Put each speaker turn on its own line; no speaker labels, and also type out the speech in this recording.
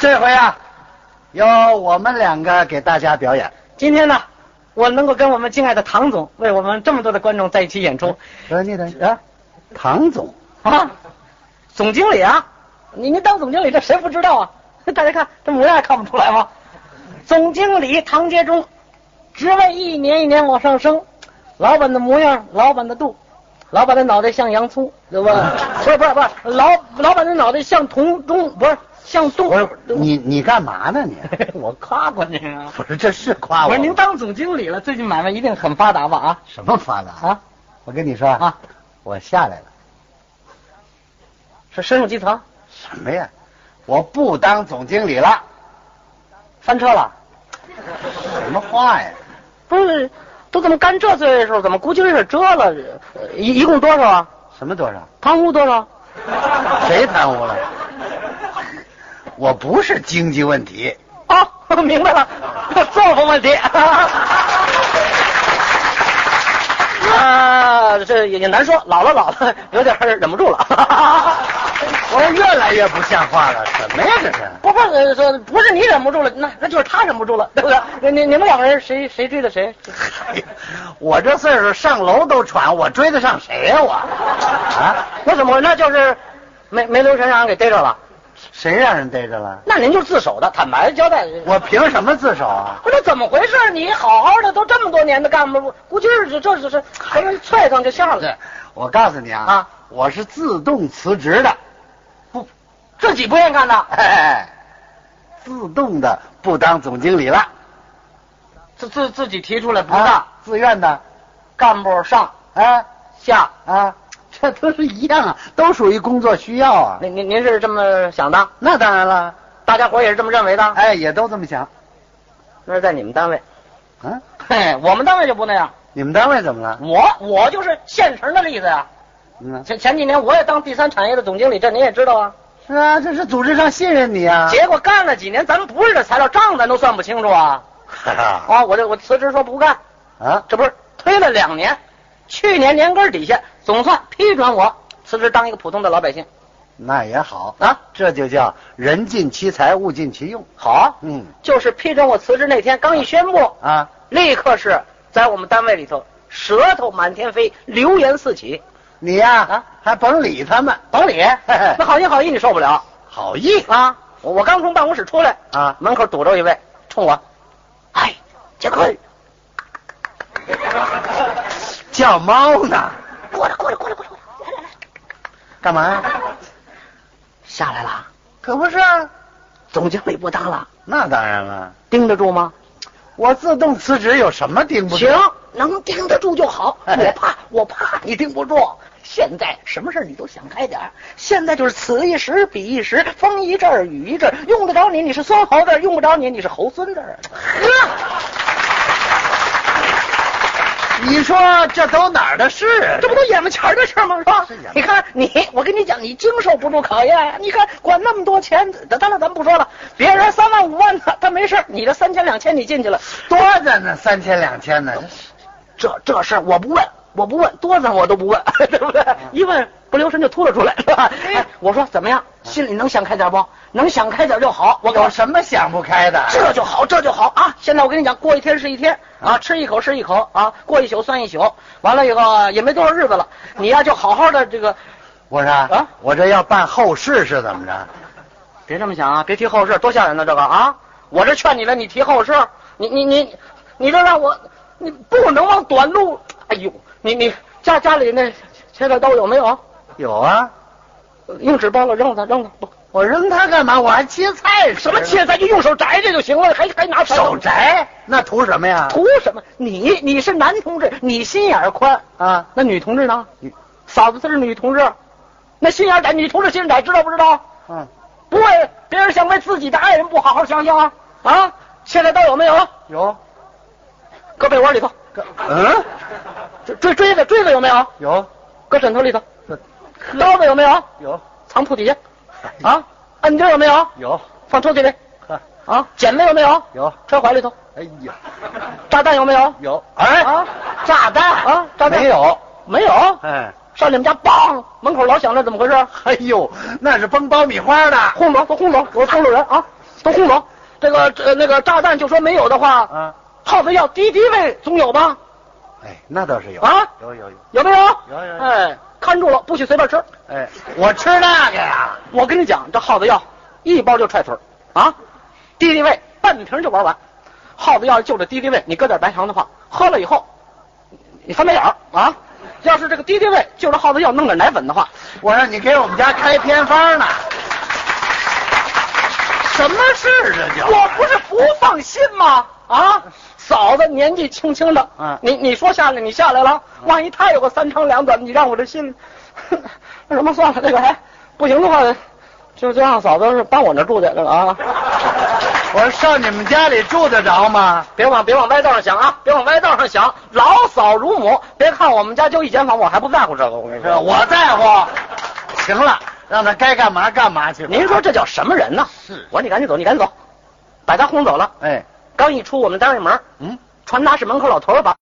这回啊，由我们两个给大家表演。
今天呢，我能够跟我们敬爱的唐总为我们这么多的观众在一起演出
呃，你等啊，唐总，
啊，总经理啊，你您当总经理这谁不知道啊？ 大家看这模样还看不出来吗？总经理唐杰忠，职位一年一年往上升，老板的模样，老板的度，老板的脑袋像洋葱，对 吧？不是不是不是，老老板的脑袋像铜钟，不是像洞。
不是你你干嘛呢你？
我夸过您啊。
不是这是夸
我
我
说
吗？
您当总经理了，最近买卖一定很发达吧？啊
什么发达
啊！
我跟你说
啊，
我下来了。
是深入基层，
什么呀？我不当总经理了。
翻车了。
什么话呀？
不是，都怎么干这岁数，怎么估计是这了？呃一一共多少啊？
什么多少？
贪污多少？
谁贪污了？我不是经济问 题，
哦， 明白了，作风问题。 啊，这也也难说，老了老了，有点忍不住了。
我说越来越不像话了。什么呀这是？
不不呃说不是你忍不住了，那那就是他忍不住了，对不对？你你你们两个人谁谁追的谁？
我这岁数上楼都喘，我追得上谁呀、我？啊，
那怎么回事？那就是没没留神让人给逮着了。
谁让人逮着了？
那您就自首的，坦白交代。
我凭什么自首啊？
不是怎么回事？你好好的都这么多年的干部，估计是这这是给人踹上就下
对
了。，
我告诉你啊，
啊
我是自动辞职的，
不，自己不愿意干的，
哎，自动的不当总经理了，
自自自己提出来不
啊，
干，
自愿的，
干部上
啊
下，
啊，这都是一样啊，都属于工作需要啊。
您您您是这么想的？
那当然了，
大家伙也是这么认为的？
哎，也都这么想。
那是在你们单位，
嗯，
嘿，我们单位就不那样。
你们单位怎么了？
我我就是现成的例子呀、
嗯，
前前几年我也当第三产业的总经理，这您也知道啊。
是啊，这是组织上信任你啊。
结果干了几年，咱们不是这材料账，咱都算不清楚啊。
啊
啊，我这我辞职说不干，
啊，
这不是推了两年，去年年根儿底下总算批准我辞职当一个普通的老百姓
那也好，
啊。
这就叫人尽其才，物尽其用。
好，
嗯
就是批准我辞职那天刚一宣布，
啊，
立刻是在我们单位里头舌头满天飞，流言四起。
你呀、
啊
还甭理他们，
甭理，
嘿嘿
那好心好意你受不了
好意
啊！我我刚从办公室出来，
啊！
门口堵着一位，冲我，哎，杰坤，
叫猫呢？
过来过来过来过来，过来来来，
干嘛呀？
下来了，
可不是啊，
总经理不当了，
那当然了，
盯得住吗？
我自动辞职有什么盯不住
行？，能盯得住就好。
哎
我怕，我怕你盯不住。现在什么事儿你都想开点儿。现在就是此一时彼一时，风一阵儿雨一阵儿，用得着你你是孙猴这儿，用不着你你是猴孙这儿。
哎
呵，
你说这都哪儿的事啊？
这不都眼巴前儿的事儿吗？是吧
是眼巴？
你看你，我跟你讲，你经受不住考验。你看管那么多钱，当然咱们不说了，别人三万五万的他没事儿，你这三千两千你进去了，
多着呢，三千两千呢。
这这事儿我不问，我不问，多咱我都不问， 对不对？一问不留神就秃了出来，是吧？哎，我说怎么样？心里能想开点不？能想开点就好。我跟
有
你说，
什么想不开的？
这就好，这就好啊！现在我跟你讲，过一天是一天啊，吃一口是一口啊，过一宿算一宿。完了以后啊也没多少日子了，你呀就好好的这个，
我说
啊
我这要办后事是怎么着？
别这么想啊，别提后事，多吓人呢这个啊！我这劝你了，你提后事，你你你，你这让我，你不能往短路。哎呦，你你家家里那切菜刀有没有？
有啊，
用呃纸包了，扔了，扔了。不，哎
我扔它干嘛？我还切菜吃
什么切？咱就用手摘着就行了，还还拿锄头
手摘？哎那图什么呀？
图什么？你你是男同志，你心眼儿宽，
啊，
那女同志呢
女？
嫂子她是女同志，那心眼儿窄，女同志心眼儿窄，知道不知道？
嗯，
不为别人想为自己的爱人不好好想想啊啊！现在都有没有？
有，
搁被窝里头，
个嗯，
追追追子追子有没有？
有
搁枕头里头
这，
刀子有没有？
有
藏铺底下，啊，摁钉有没有？
有
放抽屉里，
呵
啊，剪子有没有？
有，
揣怀里头，
哎呀，
炸弹有没有？
有哎
啊，炸弹啊，炸弹
没有，
没有，
哎，
上你们家梆，门口老响着，怎么回事？
哎呦，那是崩苞米花的。
轰走，走轰走，我是冲着人啊！都轰走。这个这、那个炸弹就说没有的话，
啊，
耗子药敌敌畏总有吧？
哎，那倒是有
啊
有有有，
有没有？
有有有
哎，看住了，不许随便吃。
哎，我吃那个呀，
我跟你讲，这耗子药一包就踹腿儿啊，敌敌畏半瓶就玩完。耗子药就这敌敌畏，你搁点白糖的话，喝了以后，你翻白眼儿啊。要是这个敌敌畏就这耗子药弄点奶粉的话，
我让你给我们家开偏方呢。什么事儿啊这叫？
我不是不放心吗？啊，嫂子年纪轻轻的，
嗯
你你说下来，你下来了，万一她有个三长两短，你让我这心，那什么算了，这个哎，不行的话，就就让嫂子是搬我那儿住去，这个啊，
我说上你们家里住得着吗？
别往别往歪道上想啊，别往歪道上想，老嫂如母，别看我们家就一间房，我还不在乎这个，我跟你
是吧啊
说，
我在乎。行了，让他该干嘛干嘛去吧。
您说这叫什么人呢？
是
我说你赶紧走，你赶紧走，把他轰走了。
哎，
刚一出我们单位门，
嗯。
传达室门口老头儿把。